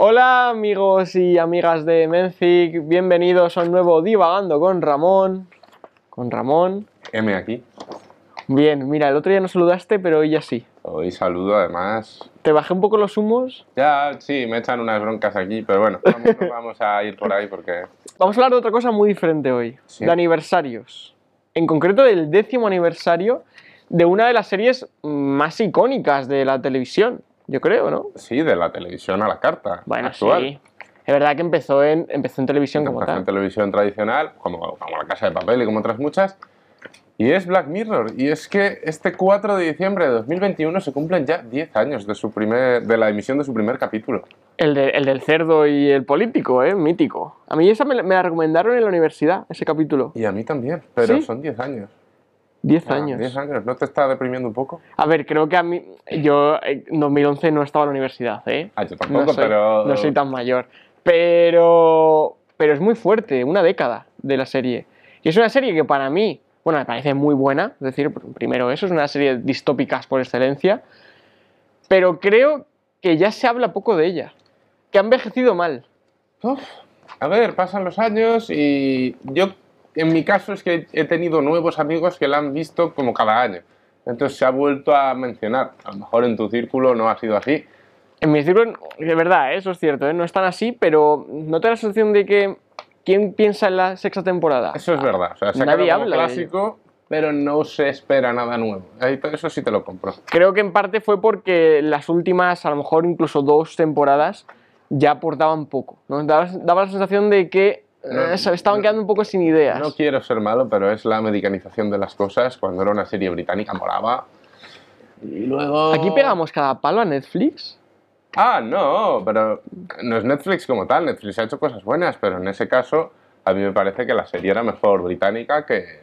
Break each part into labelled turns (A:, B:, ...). A: Hola amigos y amigas de Menzik, bienvenidos a un nuevo Divagando con Ramón. Con Ramón.
B: M aquí.
A: Bien, mira, el otro día no saludaste, pero hoy ya sí.
B: Hoy saludo además.
A: Te bajé un poco los humos.
B: Ya, sí, me echan unas broncas aquí, pero bueno, vamos, no vamos a ir por ahí porque...
A: Vamos a hablar de otra cosa muy diferente hoy,
B: Sí.
A: de aniversarios. En concreto del décimo aniversario de una de las series más icónicas de la televisión, yo creo, ¿no?
B: Sí, de la televisión a la carta.
A: Bueno,
B: actual.
A: sí. Es verdad que empezó en, empezó en televisión como
B: Empezó en
A: tal.
B: televisión tradicional, como, como la Casa de Papel y como otras muchas. Y es Black Mirror. Y es que este 4 de diciembre de 2021 se cumplen ya 10 años de, su primer, de la emisión de su primer capítulo.
A: El, de- el del cerdo y el político, ¿eh? Mítico. A mí esa me, la- me la recomendaron en la universidad, ese capítulo.
B: Y a mí también, pero
A: ¿Sí?
B: son 10 años.
A: Diez
B: Ah,
A: años.
B: 10 años. ¿No te está deprimiendo un poco?
A: A ver, creo que a mí... Yo eh, en 2011 no estaba en la universidad, ¿eh?
B: Ah,
A: No
B: yo tampoco,
A: soy-
B: pero...
A: no soy tan mayor. Pero, pero es muy fuerte, una década de la serie. Y es una serie que para mí, bueno, me parece muy buena. Es decir, primero eso, es una serie distópicas por excelencia. Pero creo que ya se habla poco de ella. Que ha envejecido mal.
B: Uf, a ver, pasan los años y yo, en mi caso, es que he tenido nuevos amigos que la han visto como cada año. Entonces se ha vuelto a mencionar. A lo mejor en tu círculo no ha sido así.
A: En mi círculo, de verdad, ¿eh? eso es cierto, ¿eh? no están así, pero no te da la sensación de que. ¿Quién piensa en la sexta temporada?
B: Eso es verdad. O sea, se ha
A: Nadie
B: quedado como
A: habla de
B: clásico, pero no se espera nada nuevo. Ahí te- Eso sí te lo compro.
A: Creo que en parte fue porque las últimas, a lo mejor incluso dos temporadas, ya aportaban poco. ¿no? Daba, daba la sensación de que
B: No,
A: eh, se estaban
B: no,
A: quedando un poco sin ideas.
B: No quiero ser malo, pero es la americanización de las cosas. Cuando era una serie británica molaba. Y luego...
A: Aquí pegamos cada palo a Netflix.
B: Ah, no, pero no es Netflix como tal. Netflix ha hecho cosas buenas, pero en ese caso a mí me parece que la serie era mejor británica que,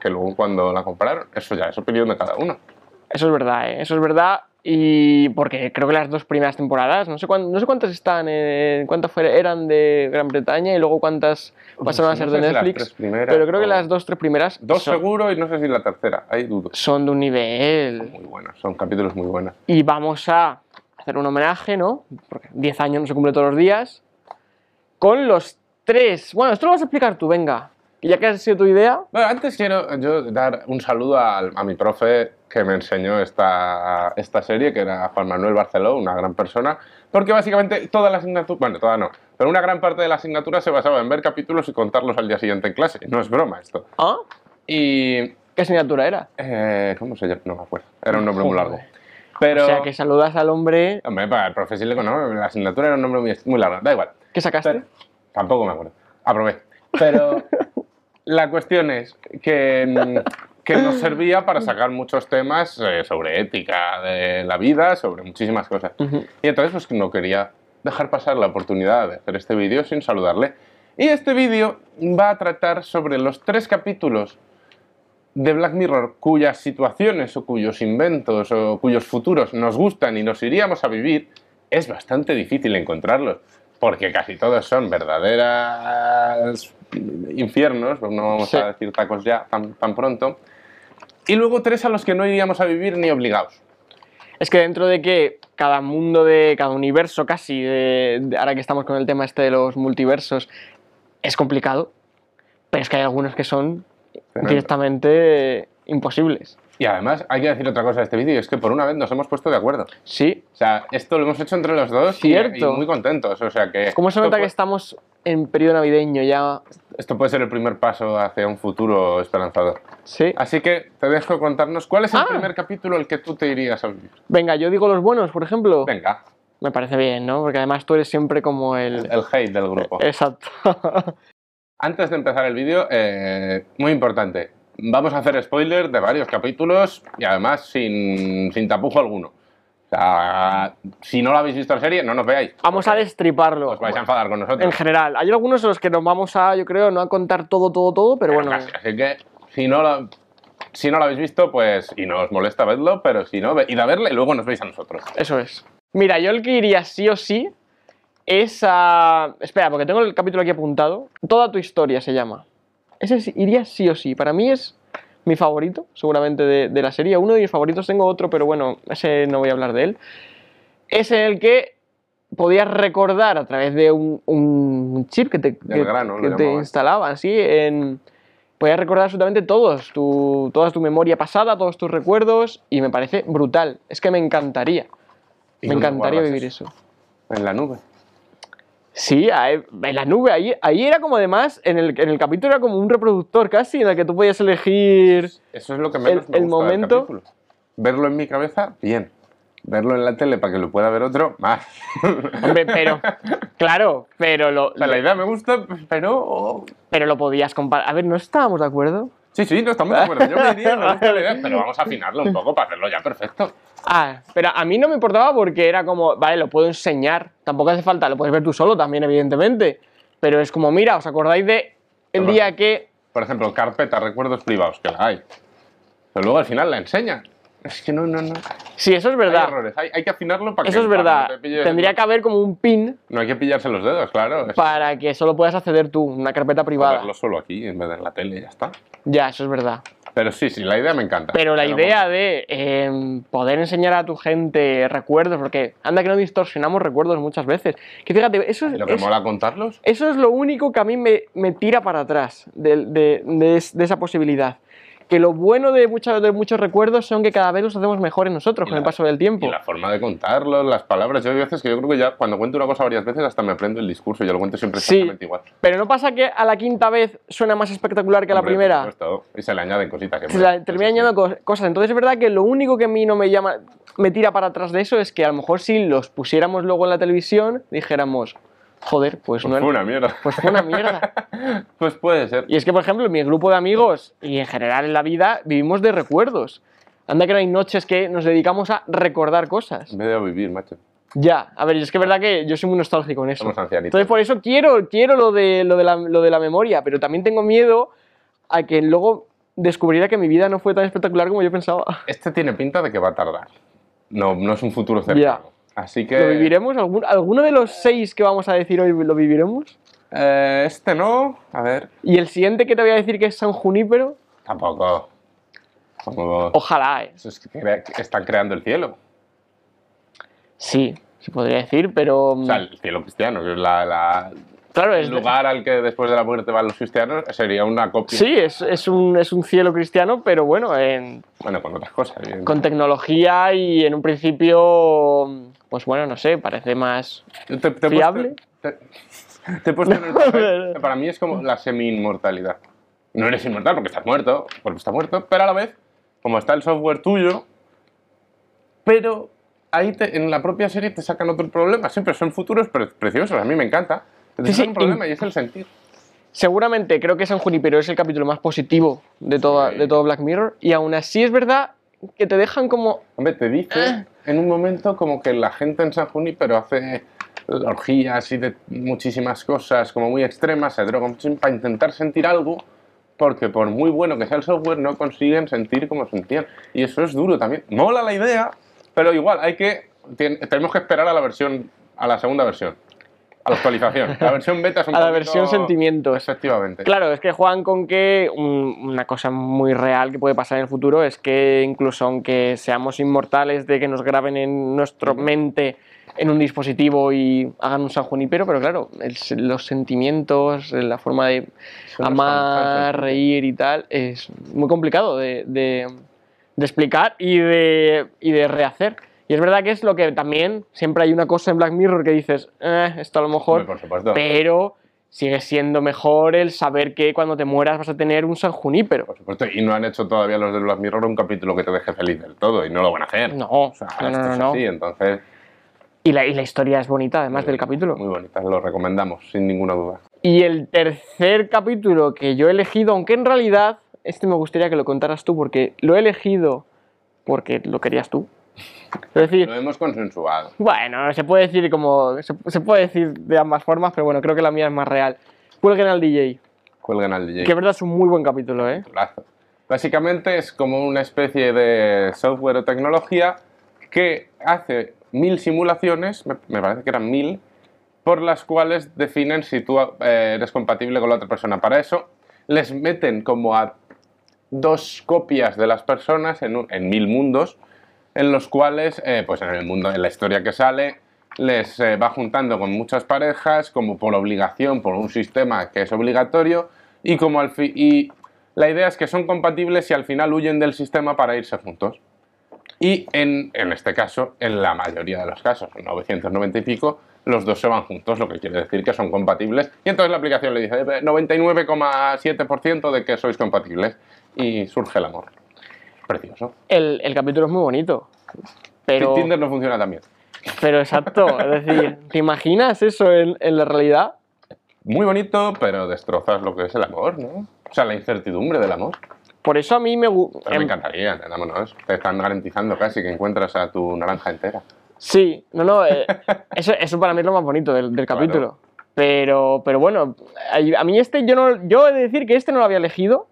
B: que luego cuando la compraron. Eso ya es opinión de cada uno.
A: Eso es verdad, ¿eh? eso es verdad. Y porque creo que las dos primeras temporadas, no sé, cuán- no sé cuántas están, eh, cuántas fueron- eran de Gran Bretaña y luego cuántas pasaron Pues a
B: No
A: ser
B: sé
A: de
B: si las
A: Netflix.
B: tres primeras
A: Pero creo que
B: o-
A: las dos, tres primeras
B: Dos
A: son,
B: seguro y no sé si la tercera. Hay dudas.
A: son de un nivel.
B: Muy buenas, son capítulos muy buenos.
A: Y vamos a hacer un homenaje, ¿no? Porque 10 años no se cumple todos los días. Con los tres. Bueno, esto lo vas a explicar tú, venga. Que ya que ha sido tu idea,
B: Bueno, antes quiero yo dar un saludo al- a, mi profe que me enseñó esta, esta serie, que era Juan Manuel Barceló, una gran persona, porque básicamente toda la asignatura, bueno, toda no, pero una gran parte de la asignatura se basaba en ver capítulos y contarlos al día siguiente en clase. No es broma esto.
A: ¿ah?
B: Y...
A: ¿Qué asignatura era?
B: eh, ¿Cómo se llama? No me acuerdo. Era un nombre muy
A: Joder.
B: largo. Pero...
A: O sea, que saludas al hombre
B: Hombre, para el profe sí le conozco, la asignatura era un nombre muy, muy largo. Da igual.
A: que sacaste.
B: Pero- tampoco me acuerdo. Aprobé. Pero la cuestión es que, mm, que nos servía para sacar muchos temas eh, sobre ética de la vida, sobre muchísimas cosas.
A: Ujú.
B: Y entonces pues no quería dejar pasar la oportunidad de hacer este vídeo sin saludarle. Y este vídeo va a tratar sobre los tres capítulos de Black Mirror cuyas situaciones o cuyos inventos o cuyos futuros nos gustan y nos iríamos a vivir, es bastante difícil encontrarlos, porque casi todos son verdaderas infiernos, no vamos
A: Sí.
B: a decir tacos ya tan, tan pronto, y luego tres a los que no iríamos a vivir ni obligados.
A: Es que dentro de que cada mundo de cada universo casi, de, de- ahora que estamos con el tema este de los multiversos, es complicado, pero es que hay algunos que son
B: Tremendo.
A: directamente eh, imposibles.
B: Y además hay que decir otra cosa de este vídeo, y es que por una vez nos hemos puesto de acuerdo.
A: Sí.
B: O sea, esto lo hemos hecho entre los dos y- Y,
A: Cierto.
B: muy contentos. O sea que
A: ¿Cómo se
B: esto
A: nota que
B: pu-
A: estamos en periodo navideño ya?
B: esto puede ser el primer paso hacia un futuro esperanzador.
A: Sí.
B: Así que te dejo contarnos cuál es el
A: Ah.
B: primer capítulo al que tú te irías a vivir.
A: Venga, yo digo los buenos, por ejemplo.
B: Venga,
A: Me parece bien, ¿no? Porque además tú eres siempre como el...
B: el hate del
A: Eh,
B: grupo.
A: Exacto.
B: Antes de empezar el vídeo, eh, muy importante. Vamos a hacer spoiler de varios capítulos y además sin, sin tapujo alguno. O sea, si no lo habéis visto la serie, no nos veáis.
A: Vamos a destriparlo.
B: Os Pues vais a enfadar con nosotros.
A: en general, hay algunos en los que nos vamos a, yo creo, no a contar todo, todo, todo, pero bueno,
B: Casi. Así que si no lo, si no lo habéis visto, pues y no os molesta verlo, pero si no, ve- id a verle y luego nos veis a nosotros.
A: eso es. Mira, yo el que iría sí o sí es a... Espera, porque tengo el capítulo aquí apuntado. Toda tu historia se llama. Ese sí- iría sí o sí. Para mí es mi favorito, seguramente, de, de la serie. Uno de mis favoritos, tengo otro, pero bueno, ese no voy a hablar de él. Es en el que podías recordar a través de un, un chip que te,
B: Del
A: que-
B: grano, lo
A: que te
B: llamaban.
A: instalaban, sí, en, podías recordar absolutamente todos, tu, toda tu memoria pasada, todos tus recuerdos, y me parece brutal. Es que me encantaría,
B: ¿Y
A: me
B: dónde
A: encantaría
B: guardas
A: vivir eso.
B: En la nube.
A: Sí, a- en la nube, ahí, ahí era como además, en el, en el capítulo era como un reproductor casi, en el que tú podías elegir...
B: Eso es lo que menos
A: El-
B: me
A: el
B: gusta del
A: momento-
B: capítulo. Verlo en mi cabeza, bien. Verlo en la tele para que lo pueda ver otro, más.
A: Hombre, pero, claro, pero lo,
B: O sea, la idea me gusta, pero... oh.
A: pero lo podías comparar. A ver, ¿no estábamos de acuerdo?
B: Sí, sí, no estamos de acuerdo. Yo me diría, me gusta la idea, pero vamos a afinarlo un poco para hacerlo ya perfecto.
A: Ah, pero a mí no me importaba porque era como, vale, lo puedo enseñar. Tampoco hace falta, lo puedes ver tú solo también, evidentemente. Pero es como, mira, ¿os acordáis de el
B: Ajá.
A: día que
B: Por ejemplo, carpeta, recuerdos privados, que la hay. Pero luego al final la enseña. Es que no, no, no.
A: Sí, eso es
B: Hay
A: verdad.
B: errores, hay, hay que afinarlo para que...
A: Eso es
B: para que
A: verdad.
B: no te pilles-
A: Tendría que haber como un pin
B: No hay que pillarse los dedos, claro. Es
A: para que solo puedas acceder tú, una carpeta privada.
B: verlo solo aquí en vez de en la tele, ya está.
A: Ya, eso es verdad.
B: Pero sí, sí, la idea me encanta.
A: Pero la
B: bueno.
A: idea de em, poder enseñar a tu gente recuerdos, porque anda que no distorsionamos recuerdos muchas veces. Que fíjate, eso, es-
B: Lo que
A: es-
B: mola contarlos.
A: eso es lo único que a mí me, me tira para atrás de, de- de es- de esa posibilidad. Que lo bueno de, muchos de muchos recuerdos son que cada vez los hacemos mejores nosotros
B: Y
A: con el
B: la-
A: paso del
B: Y
A: tiempo.
B: la forma de contarlos, las palabras. Yo hay veces que yo creo que ya cuando cuento una cosa varias veces hasta me aprendo el discurso. Yo lo cuento siempre
A: Sí.
B: exactamente igual.
A: Pero no pasa que a la quinta vez suena más espectacular que a la
B: Hombre, por
A: primera.
B: supuesto. Y se le añaden cositas. que
A: Se
B: molan.
A: Pues la- termina
B: Eso sí.
A: añadiendo co- cosas. Entonces es verdad que lo único que a mí no me llama, me tira para atrás de eso es que a lo mejor si los pusiéramos luego en la televisión, dijéramos, joder, pues,
B: Pues
A: no era-
B: fue una mierda.
A: pues fue una mierda.
B: Pues puede ser.
A: Y es que, por ejemplo, mi grupo de amigos y en general en la vida vivimos de recuerdos. Anda que no hay noches que nos dedicamos a recordar cosas.
B: Me debo vivir, macho.
A: Ya, a ver, es que es verdad que yo soy muy nostálgico en eso.
B: Somos ancianitos.
A: Entonces por eso quiero, quiero lo, de, lo, de la, lo de la memoria, pero también tengo miedo a que luego descubriera que mi vida no fue tan espectacular como yo pensaba.
B: Este tiene pinta de que va a tardar. No, no es un futuro cercano. Así que.
A: ¿Lo viviremos? ¿Algún- ¿Alguno de los seis que vamos a decir hoy lo viviremos?
B: Eh, este no. A ver.
A: ¿Y el siguiente que te voy a decir que es San Junípero?
B: Tampoco. Tampoco.
A: Ojalá, eh.
B: Eso es que crea- que están creando el cielo.
A: Sí, se podría decir, pero... mm,
B: O sea, el cielo cristiano, que es la- la-
A: claro, es...
B: el lugar al que después de la muerte van los cristianos, sería una copia.
A: Sí, es, es un, es un cielo cristiano, pero bueno, en-
B: Bueno, con otras cosas. evidentemente.
A: con tecnología y en un principio... Pues bueno, no sé, parece más...
B: Yo te- te he
A: ¿Fiable?
B: puesto- te- te he puesto en el papel-
A: No.
B: Para mí es como la semi-inmortalidad. No eres inmortal porque estás muerto, porque estás muerto, pero a la vez, como está el software tuyo, pero ahí te- en la propia serie te sacan otro problema. Siempre son futuros pre- preciosos, a mí me encanta. Te
A: Sí,
B: sacan
A: sí,
B: un problema y es el sentir.
A: Seguramente creo que San Junipero es el capítulo más positivo de, toda,
B: Sí.
A: de todo Black Mirror y aún así es verdad que te dejan como...
B: Hombre, te dice en un momento como que la gente en San Junípero hace orgías y de muchísimas cosas como muy extremas, se drogan muchísimo para intentar sentir algo, porque por muy bueno que sea el software no consiguen sentir como sentían. Y eso es duro también. Mola la idea, pero igual hay que tien- tenemos que esperar a la versión a la segunda versión, a la actualización. La versión beta es un
A: A la
B: poquito-
A: versión sentimientos.
B: Efectivamente.
A: Claro, es que juegan con que un- una cosa muy real que puede pasar en el futuro es que incluso aunque seamos inmortales de que nos graben en nuestra mente en un dispositivo y hagan un San Junípero, pero claro, el se- los sentimientos, eh, la forma de
B: Eso no es tan- tan
A: amar,
B: sencillo.
A: reír y tal, es muy complicado de, de- de explicar y de, y de rehacer. Y es verdad que es lo que también siempre hay una cosa en Black Mirror que dices, "Eh, esto a lo mejor
B: Hombre, Por supuesto.
A: pero sigue siendo mejor el saber que cuando te mueras vas a tener un San Junípero.
B: Por supuesto, y no han hecho todavía los de Black Mirror un capítulo que te deje feliz del todo, y no lo van a hacer.
A: No,
B: O sea,
A: no,
B: ahora
A: no,
B: esto
A: no,
B: es
A: no.
B: así, entonces. eh,
A: Y la, y la historia es bonita, además del capítulo.
B: Muy bonita, lo recomendamos, sin ninguna duda.
A: Y el tercer capítulo que yo he elegido, aunque en realidad este me gustaría que lo contaras tú, porque lo he elegido porque lo querías tú. Es
B: Lo
A: decir,
B: hemos consensuado.
A: bueno, se puede decir como se, se puede decir de ambas formas, pero bueno, creo que la mía es más real. Cuelguen al DJ,
B: Cuelgan al DJ.
A: que es verdad es un muy buen capítulo, ¿eh?
B: Brazo. Básicamente es como una especie de software o tecnología que hace mil simulaciones, me, me parece que eran mil, por las cuales definen si tú eh, eres compatible con la otra persona. Para eso les meten como a dos copias de las personas en, un- en mil mundos, en los cuales, eh, pues en el mundo, en la historia que sale, les eh, va juntando con muchas parejas, como por obligación, por un sistema que es obligatorio, y como al fi- y la idea es que son compatibles y al final huyen del sistema para irse juntos. Y en, en este caso, en la mayoría de los casos, en 990 y pico, los dos se van juntos, lo que quiere decir que son compatibles. Y entonces la aplicación le dice eh, 99,7% de que sois compatibles. Y surge el amor. Precioso.
A: El, el capítulo es muy bonito. Pero,
B: Tinder no funciona tan bien.
A: pero exacto, es decir, ¿te imaginas eso en, en la realidad?
B: Muy bonito, pero destrozas lo que es el amor, ¿no? O sea, la incertidumbre del amor.
A: Por eso a mí me gusta.
B: Pero me encantaría, entendámonos. Te están garantizando casi que encuentras a tu naranja entera.
A: Sí, no, no, eh, eso, eso para mí es lo más bonito del, del
B: Claro.
A: capítulo. Pero, pero bueno, ahí- a mí este, yo, no, yo he de decir que este no lo había elegido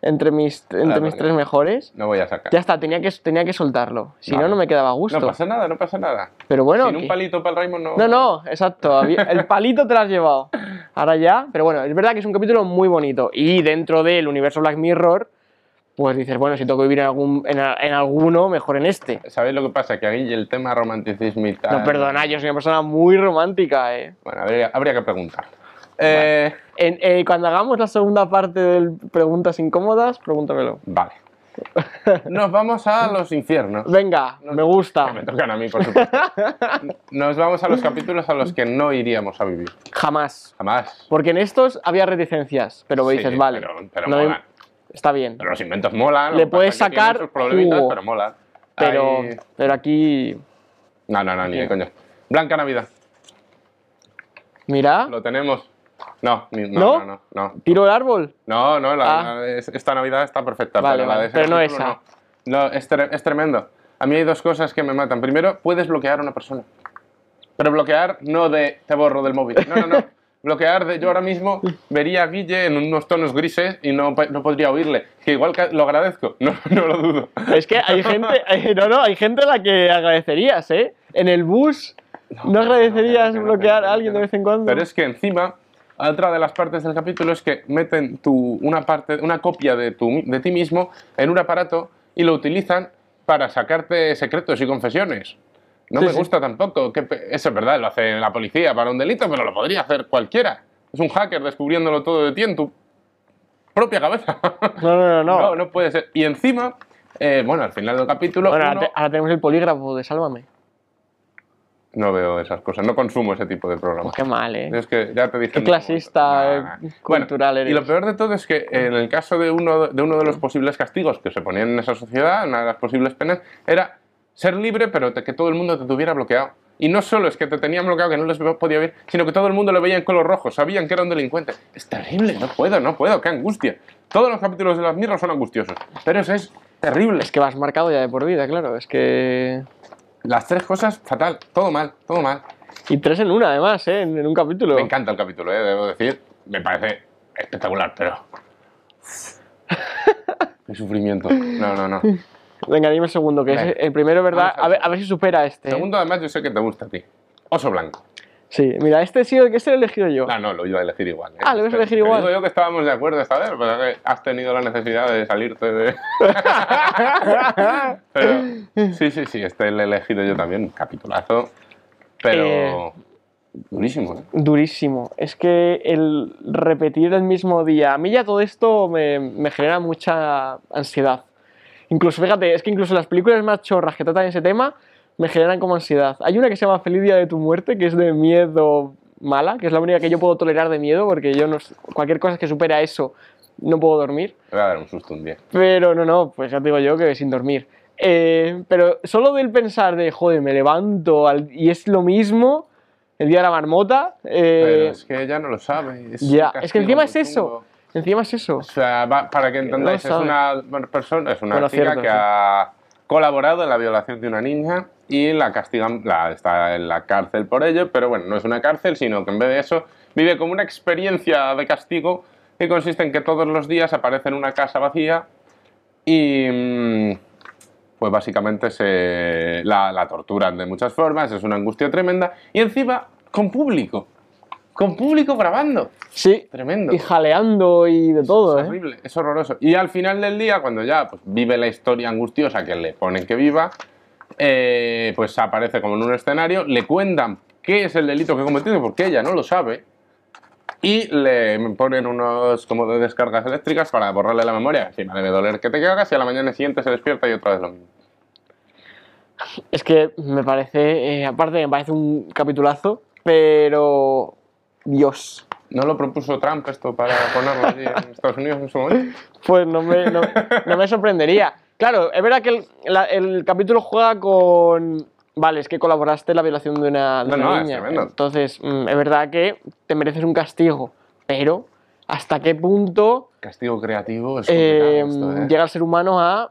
A: entre mis, entre
B: Claro,
A: mis
B: no.
A: tres mejores.
B: No voy a sacar.
A: Ya está, tenía que, tenía que soltarlo. Si no,
B: Vale.
A: no me quedaba a gusto.
B: No pasa nada, no pasa nada.
A: pero bueno,
B: Sin
A: que-
B: un palito para el Raymond no.
A: no, no, exacto. había- El palito te lo has llevado. Ahora ya, pero bueno, es verdad que es un capítulo muy bonito. Y dentro del universo Black Mirror, pues dices, bueno, si tengo que vivir en, algún, en, a- en alguno, mejor en este.
B: ¿Sabéis lo que pasa? Que a Guille el tema romanticismo y tal.
A: No, perdona, yo soy una persona muy romántica, eh.
B: Bueno, habría, habría que preguntar. Eh,
A: En- eh, cuando hagamos la segunda parte del Preguntas Incómodas, pregúntamelo.
B: vale. Nos vamos a los infiernos.
A: Venga, me
B: Que me
A: gusta.
B: tocan a mí, por supuesto. Nos vamos a los capítulos a los que no iríamos a vivir.
A: Jamás.
B: Jamás.
A: Porque en estos había reticencias, pero me
B: Sí,
A: dices, vale.
B: Pero, pero
A: no me-
B: molan.
A: está bien.
B: Pero los inventos molan.
A: Le
B: lo que
A: puedes
B: pasa es que tienen
A: sacar
B: sus problemitas,
A: jugo.
B: pero molan.
A: Pero,
B: Ahí-
A: pero aquí,
B: No, no, no, ni de coño. Blanca Navidad.
A: mira,
B: Lo tenemos. No, ni-
A: ¿No?
B: no, no, no. no.
A: tiro el árbol.
B: No, no, la-
A: Ah.
B: la- es- esta Navidad está perfecta,
A: Vale,
B: pero la
A: vale,
B: de ese
A: pero no
B: capítulo no. No, es, tre- es tremendo. A mí hay dos cosas que me matan. Primero, puedes bloquear a una persona. Pero bloquear no de te borro del móvil. No, no, no. bloquear de yo ahora mismo vería a Guille en unos tonos grises y no, pe- no podría oírle. Que igual ca- lo agradezco, no, no lo dudo.
A: Es que hay gente, eh, no, no, hay gente a la que agradecerías, ¿eh? En el bus, ¿no
B: no,
A: agradecerías
B: no, no, no,
A: bloquear
B: no, no,
A: a alguien de
B: no.
A: vez en cuando?
B: Pero es que encima, otra de las partes del capítulo es que meten tu, una, parte, una copia de, tu, de ti mismo en un aparato y lo utilizan para sacarte secretos y confesiones. No
A: Sí,
B: me
A: sí.
B: gusta tampoco. que pe- eso es verdad, lo hace la policía para un delito, pero lo podría hacer cualquiera. Es un hacker descubriéndolo todo de ti en tu propia cabeza.
A: No, no, no, no.
B: no, no puede ser. Y encima, eh, bueno, al final del capítulo...
A: bueno, ahora,
B: uno-
A: te- ahora tenemos el polígrafo de Sálvame.
B: No veo esas cosas, no consumo ese tipo de programas.
A: Pues qué mal, ¿eh?
B: Es que ya te dije.
A: Qué clasista, eh, cultural
B: Bueno,
A: eres.
B: Y lo peor de todo es que en el caso de uno, de uno de los posibles castigos que se ponían en esa sociedad, una de las posibles penas, era ser libre, pero te- que todo el mundo te tuviera bloqueado. Y no solo es que te tenían bloqueado, que no les podía ver, sino que todo el mundo lo veía en color rojo, sabían que era un delincuente. Es terrible, no puedo, no puedo, qué angustia. Todos los capítulos de las mirras son angustiosos, pero eso es terrible.
A: Es que vas marcado ya de por vida, claro. Es que.
B: Las tres cosas, fatal, todo mal, todo mal.
A: Y tres en una, además, ¿eh? En, en un capítulo.
B: Me encanta el capítulo, eh, debo decir. Me parece espectacular, pero. Qué sufrimiento. No, no, no.
A: Venga, dime el segundo, que
B: Venga.
A: es el primero, ¿verdad?
B: Vamos al
A: A ver, a ver si supera este. ¿eh?
B: Segundo, además, yo sé que te gusta a ti. Oso blanco.
A: Sí, mira, este sí, el que este lo he elegido yo.
B: Ah, no, lo iba a elegir igual. ¿eh?
A: Ah, lo ibas a
B: Te-
A: elegir
B: te
A: igual.
B: Digo yo que estábamos de acuerdo esta vez, pero que has tenido la necesidad de salirte de. pero. Sí, sí, sí, este lo he elegido yo también. Capitulazo.
A: Eh.
B: Pero. Buenísimo, ¿eh?
A: Durísimo. Es que el repetir el mismo día. A mí ya todo esto me, me genera mucha ansiedad. Incluso, fíjate, es que incluso las películas más chorras que tratan ese tema me generan como ansiedad. Hay una que se llama Feliz Día de tu Muerte, que es de miedo mala, que es la única que yo puedo tolerar de miedo, porque yo no. Cualquier cosa que supera eso, no puedo dormir.
B: Me voy a dar un susto un día.
A: Pero no, no, pues ya te digo yo que sin dormir. Eh, pero solo del pensar de, joder, me levanto al- y es lo mismo el día de la marmota.
B: Pero
A: eh,
B: es que ya no lo sabes. un
A: ya, es que encima
B: castigo muy
A: es eso.
B: chungo.
A: Encima es eso.
B: O sea, va- para que
A: no
B: entendáis, es
A: sabe.
B: una persona, es una
A: Bueno,
B: chica
A: cierto,
B: que
A: sí.
B: ha colaborado en la violación de una niña y la castigan, la, está en la cárcel por ello, pero bueno, no es una cárcel, sino que en vez de eso vive como una experiencia de castigo que consiste en que todos los días aparece en una casa vacía y mm, pues básicamente se la, la torturan de muchas formas, es una angustia tremenda y encima con público, con público grabando,
A: Sí,
B: tremendo.
A: y jaleando y de todo,
B: Es
A: ¿eh?
B: horrible, es horroroso. Y al final del día, cuando ya pues, vive la historia angustiosa que le ponen que viva, eh, pues aparece como en un escenario, le cuentan qué es el delito que ha cometido, porque ella no lo sabe, y le ponen unos como de descargas eléctricas para borrarle la memoria. Encima debe doler que te cagas y a la mañana siguiente se despierta y otra vez lo mismo.
A: Es que me parece, eh, aparte me parece un capitulazo, pero Dios.
B: ¿No lo propuso Trump esto para ponerlo allí en Estados Unidos en su momento?
A: Pues no me, no, no me sorprendería. Claro, es verdad que el, la- el capítulo juega con... Vale, es que colaboraste en la violación de una, de
B: No,
A: una
B: no, es
A: niña.
B: tremendo.
A: Entonces, mm, es verdad que te mereces un castigo, pero ¿hasta qué punto
B: Castigo creativo es
A: eh,
B: complicado esto, ¿eh?
A: llega el ser humano a...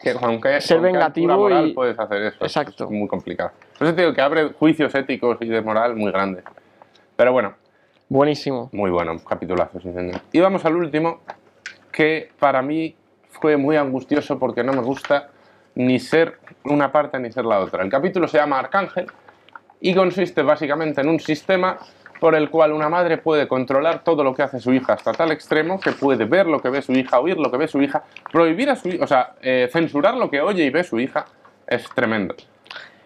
B: Que con que-
A: ser
B: con que
A: vengativo
B: altura moral
A: y-
B: puedes hacer eso.
A: Exacto.
B: Es muy complicado. Por eso te digo que abre juicios éticos y de moral muy grandes. Pero bueno,
A: Buenísimo.
B: muy bueno, un capitulazo, sinceramente. Y vamos al último, que para mí fue muy angustioso porque no me gusta ni ser una parte ni ser la otra. El capítulo se llama Arcángel y consiste básicamente en un sistema por el cual una madre puede controlar todo lo que hace su hija hasta tal extremo que puede ver lo que ve su hija, oír lo que ve su hija, prohibir a su hija, o sea, eh, censurar lo que oye y ve su hija. Es tremendo.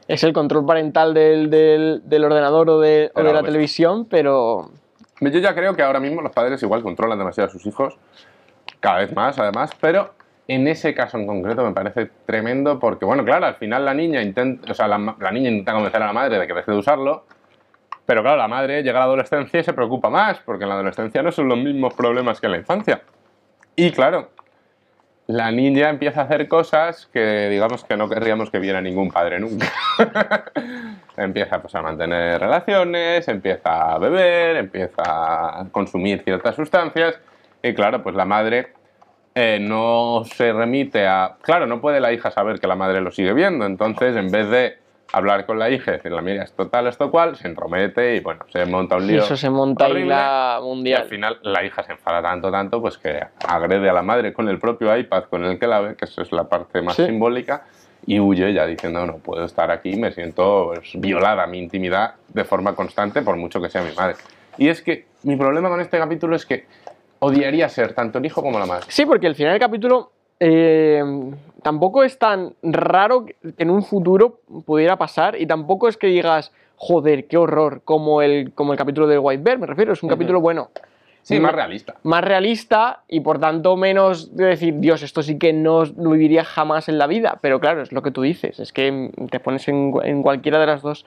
A: Es el control parental del, del- del ordenador o de, o
B: Pero,
A: de la
B: pues,
A: televisión, pero
B: Yo ya creo que ahora mismo los padres igual controlan demasiado a sus hijos, cada vez más además, pero en ese caso en concreto me parece tremendo porque, bueno, claro, al final la niña intenta, o sea, la, ma- la niña intenta convencer a la madre de que deje de usarlo, pero claro, la madre llega a la adolescencia y se preocupa más, porque en la adolescencia no son los mismos problemas que en la infancia. Y claro, la niña empieza a hacer cosas que digamos que no querríamos que viera ningún padre nunca. empieza pues, a mantener relaciones, empieza a beber, empieza a consumir ciertas sustancias y claro, pues la madre eh, no se remite a... Claro, no puede la hija saber que la madre lo sigue viendo, entonces en vez de hablar con la hija y decirle, mira, es total, esto cual, se entromete y bueno, se monta un
A: y
B: lío.
A: eso se monta ahí
B: horrible.
A: la
B: Y al
A: mundial.
B: final la hija se enfada tanto, tanto, pues que agrede a la madre con el propio iPad con el que la ve, que eso es la parte más
A: Sí.
B: simbólica, y huye ya diciendo, no puedo estar aquí, me siento pues, violada mi intimidad de forma constante, por mucho que sea mi madre. Y es que mi problema con este capítulo es que odiaría ser tanto el hijo como la madre.
A: Sí, porque al final del capítulo eh, tampoco es tan raro que en un futuro pudiera pasar y tampoco es que digas, joder, qué horror, como el, como el capítulo del White Bear, me refiero, es un
B: Ujú.
A: capítulo bueno,
B: Sí,
A: Mm.
B: más realista.
A: más realista y por tanto menos de decir, Dios, esto sí que no lo viviría jamás en la vida, pero claro, es lo que tú dices, es que te pones en, cu- en cualquiera de las dos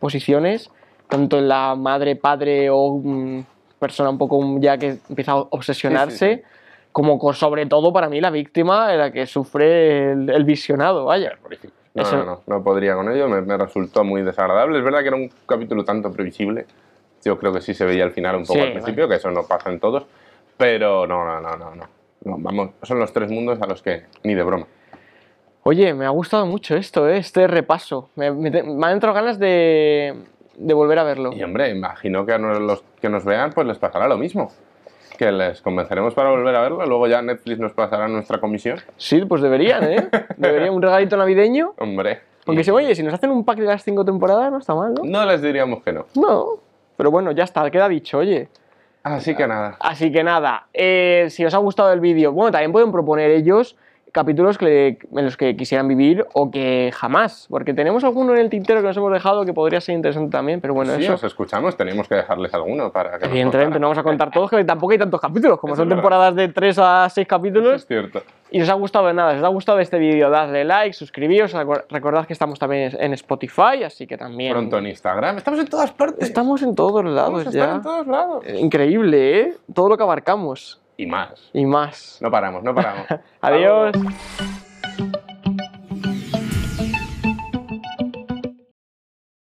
A: posiciones, tanto en la madre, padre o mm, persona un poco ya que empieza a obsesionarse
B: Sí, sí,
A: como co- sobre todo para mí la víctima era que sufre el, el visionado, vaya.
B: No,
A: Eso-
B: no, no, no podría con ello, me, me resultó muy desagradable. Es verdad que era un capítulo tanto previsible. Yo creo que sí se veía al final un poco
A: Sí,
B: al principio, que eso no pasa en todos. Pero no, no, no, no, no. No, Vamos, son los tres mundos a los que ni de broma.
A: Oye, me ha gustado mucho esto, ¿eh? este repaso. Me, me te- me han entrado ganas de, de volver a verlo.
B: Y hombre, imagino que a nos- los que nos vean pues les pasará lo mismo. Que les convenceremos para volver a verlo, luego ya Netflix nos pasará nuestra comisión.
A: Sí, pues deberían, ¿eh? Deberían un regalito navideño.
B: Hombre.
A: Porque si, oye, si nos hacen un pack de las cinco temporadas, no está mal, ¿no?
B: No les diríamos que no.
A: No. Pero bueno, ya está, queda dicho, oye.
B: Así que nada.
A: Así que nada, eh, si os ha gustado el vídeo, bueno, también pueden proponer ellos capítulos que- en los que quisieran vivir o que jamás, porque tenemos alguno en el tintero que nos hemos dejado que podría ser interesante también, pero bueno,
B: si
A: eso.
B: os escuchamos, tenemos que dejarles alguno para que nos
A: Evidentemente no vamos a contar todos, que tampoco hay tantos capítulos, como
B: Eso
A: son
B: es verdad.
A: temporadas de 3 a 6
B: contaran.
A: capítulos.
B: Es cierto.
A: Y si os ha gustado de nada, si os ha gustado este vídeo, dadle like, suscribíos, recor- recordad que estamos también en Spotify, así que también...
B: Pronto en Instagram. Estamos en todas partes.
A: Estamos en todos lados
B: Vamos a estar
A: ya.
B: en todos lados.
A: Increíble, ¿eh? Todo lo que abarcamos
B: Y más.
A: y más.
B: No paramos, no paramos.
A: Adiós.
B: Hasta luego.